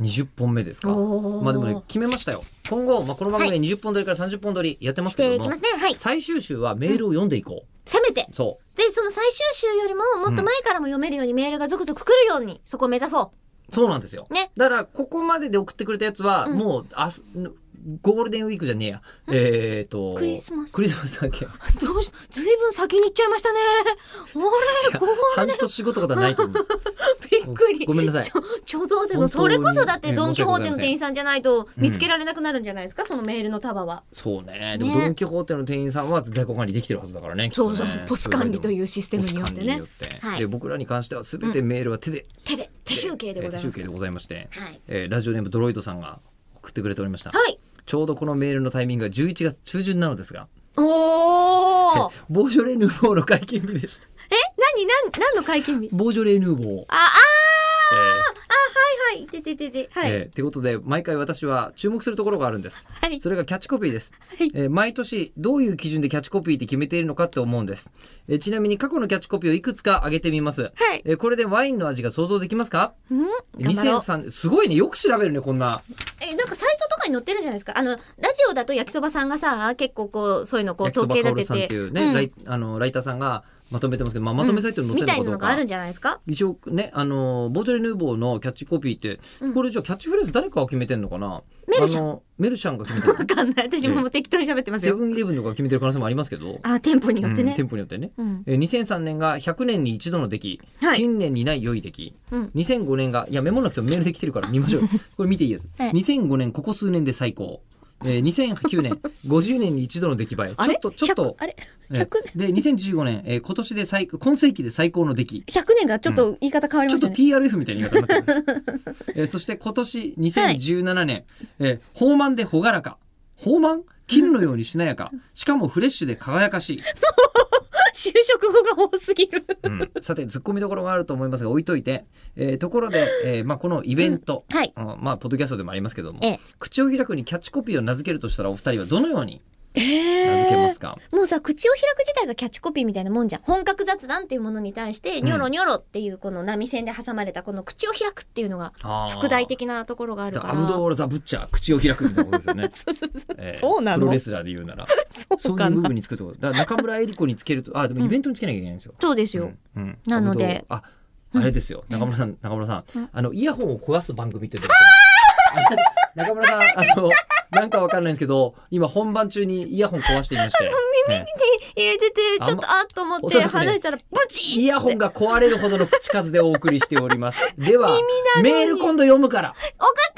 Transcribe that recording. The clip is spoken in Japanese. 20本目ですか。おーまあでもね、決めましたよ。今後、まあこの番組は20本撮りから30本撮りやってましすけてどいも、きますね。はい。最終週はメールを読んでいこう。せめて。そ。で、その最終週よりも、もっと前からも読めるように、メールが続々来るように、そこを目指そう そうなんですよ。う。ね。だから、ここまでで送ってくれたやつは、うんもう、明日、ゴールデンウィークじゃねえや。えっと、クリスマスクリスマスだっ け。どうし、ずいぶん先に行っちゃいましたね。あれ、こう、半年後とかではないと思うん です。びっくり。ごめんなさいちょ。貯蔵本で当も、にそれこそだって、ねドンキホーテ申し訳ございまのせん店員さんじゃないと、見つけられなくなるんじゃないですか、そのメールの束は。そうね。でも、ねドン・キホーテの店員さんは在庫管理できてるはずだからね。そきうっそとうね、 ポス管理というシステムによってねポス管理によってはいで、僕らに関しては全てメールは手で。手で、手集計でござい手集ます。計でございまして、はいえーラジオネームドロイドさんが送ってくれておりました。はい。ちょうどこのメールのタイミングが11月中旬なのですが、おー。ボージョレ・ヌーボーの解禁日で した。え、何、何、何の解禁日ボージョレ・ヌーボー。あ、えあ、はい、てててて、はーい。えーってことで、毎回私は注目するところがあるんです。はいそれがキャッチコピーです、はいえー毎年どういう基準でキャッチコピーって決めているのかって思うんです、えーちなみに過去のキャッチコピーをいくつか挙げてみます、はいえーこれでワインの味が想像できますかうん頑張ろう。 2003すごいねよく調べるねこんなえ、なんかサイトとかに載ってるんじゃないですかあの、ラジオだと焼きそばさんがさ、結構こう、そういうのこう、焼きそ統ば計カ立オルさんっててて。いうね、うんライあのライターさんがまとめてますけど、まあ、まとめサイトに載ってみるのかたいなどうのか、があるんじゃないですか一応ねあのボージョレ・ヌーボーのキャッチコピーって、これじゃあキャッチフレーズ誰かが決めてんのかなメルシャンンメルシャンが決めてるわかんない。私ももう適当に喋ってますセよ。ブンイレブンとかが決めてる可能性もありますけど、あ、店舗によってうんね。店舗によってねうん。えー2003年が100年に一度の出来、はい近年にない良い出来、うん2005年がいやメモなくてもメールできてるから見まし ょうこれ見ていいです、はい2005年ここ数年で最高、えー、2009年50年に一度の出来栄えあちょれっとちょっと100あれえ ?100 年ーで2015年、えー今年で最高今世紀で最高の出来 ?100 年がちょっと言い方変わりちょまっしたとね。 TRF みたいな言い方になってる、えーそして今年2017年、えー豊満で朗らか豊満金のようにしなやかしかもフレッシュで輝かしい 就職後が多すぎる。うんさて突っ込みどころがあると思いますが置いといて、えーところで、えーまあ、このイベント、うんはいあのまあ、ポッドキャストでもありますけどもええ口を開くにキャッチコピーを名付けるとしたらお二人はどのように名付けえまえす。か、もうさ、口を開く自体がキャッチコピーみたいなもんじゃん。本格雑談っていうものに対して、んニョロニョロっていうこの波線で挟まれたこの口を開くっていうのが、あー副題的なところがあるだかからら。、アブドール・ザ・ブッチャー口を開くみたいなことですよねそうそうそう。えーそうなプロのレスラーで言うなら そそうういかう部な分。につくってことだから中村江里子につけるとあでもイベントにつけなきゃいけないんですよ、そうですうよ。んうんなのでアブドールああれですよ中村さん中村さん、あのイヤホンを壊す番組って出てるあ中村さんあのなんかわかんないんですけど今本番中にイヤホン壊していまして、ね手入れてて、ちょっとあっと思っおてそらくね話したら、ブチッイヤホンが壊れるほどの口数でお送りしておりますではメール今度読むから送って